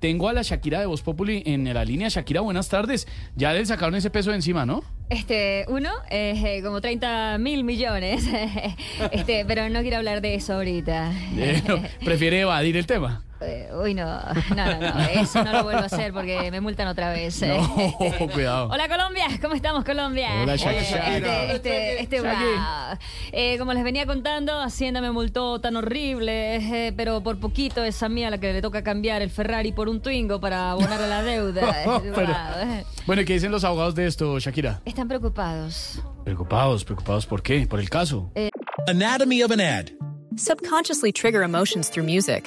Tengo a la Shakira de Voz Populi en la línea. Shakira, buenas tardes. Ya le sacaron ese peso de encima, ¿no? Este, uno, eh, como 30 mil millones. este, pero no quiero hablar de eso ahorita. Eh, no, prefiere evadir el tema. Eh, uy, no. no, no, no, eso no lo vuelvo a hacer porque me multan otra vez. No, cuidado. Hola Colombia, ¿cómo estamos Colombia? Hola, Shakira. Este, este, este, wow. Eh, como les venía contando, Hacienda me multó tan horrible, eh, pero por poquito es a mí a la que le toca cambiar el Ferrari por un Twingo para abonar a la deuda. Pero- Wow. eh. bueno, ¿y qué dicen los abogados de esto, Shakira? Están preocupados. Preocupados, preocupados, ¿por qué? ¿Por el caso? Eh. Anatomy of an ad. Subconsciously trigger emotions through music.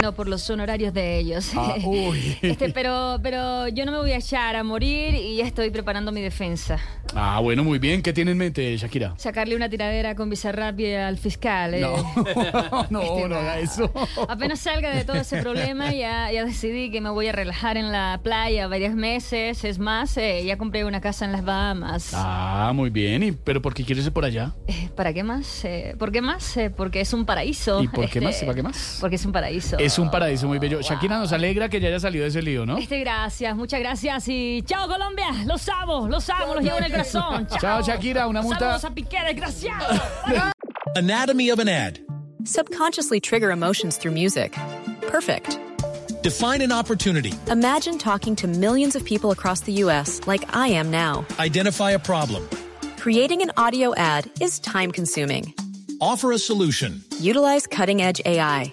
No, por los honorarios de ellos. Ah, uy. Este, pero, pero yo no me voy a echar a morir y ya estoy preparando mi defensa. Ah, bueno, muy bien. ¿Qué tiene en mente, Shakira? Sacarle una tiradera con Bizarrap y al fiscal. eh. Este No, no, no haga eso. Apenas salga de todo ese problema, ya, ya decidí que me voy a relajar en la playa varios meses. Es más, eh, ya compré una casa en las Bahamas. Ah, muy bien. ¿Y, ¿Pero por qué quieres ir por allá? Eh, ¿Para qué más? Eh, ¿Por qué más? Eh, porque es un paraíso. Este, ¿Y por qué más? ¿Y para qué más? Porque es un paraíso. Es un paraíso muy bello. Wow. Shakira, nos alegra que ya haya salido de ese lío, ¿no? Este, gracias, muchas gracias y chao Colombia, los amo, los amo, los llevo en el corazón. Chao, Chao, Shakira, una multa. Saludos a Piqué, desgraciado. Anatomy of an ad. Subconsciously trigger emotions through music. Perfect. Define an opportunity. Imagine talking to millions of people across the U.S. like I am now. Identify a problem. Creating an audio ad is time consuming. Offer a solution. Utilize cutting edge AI.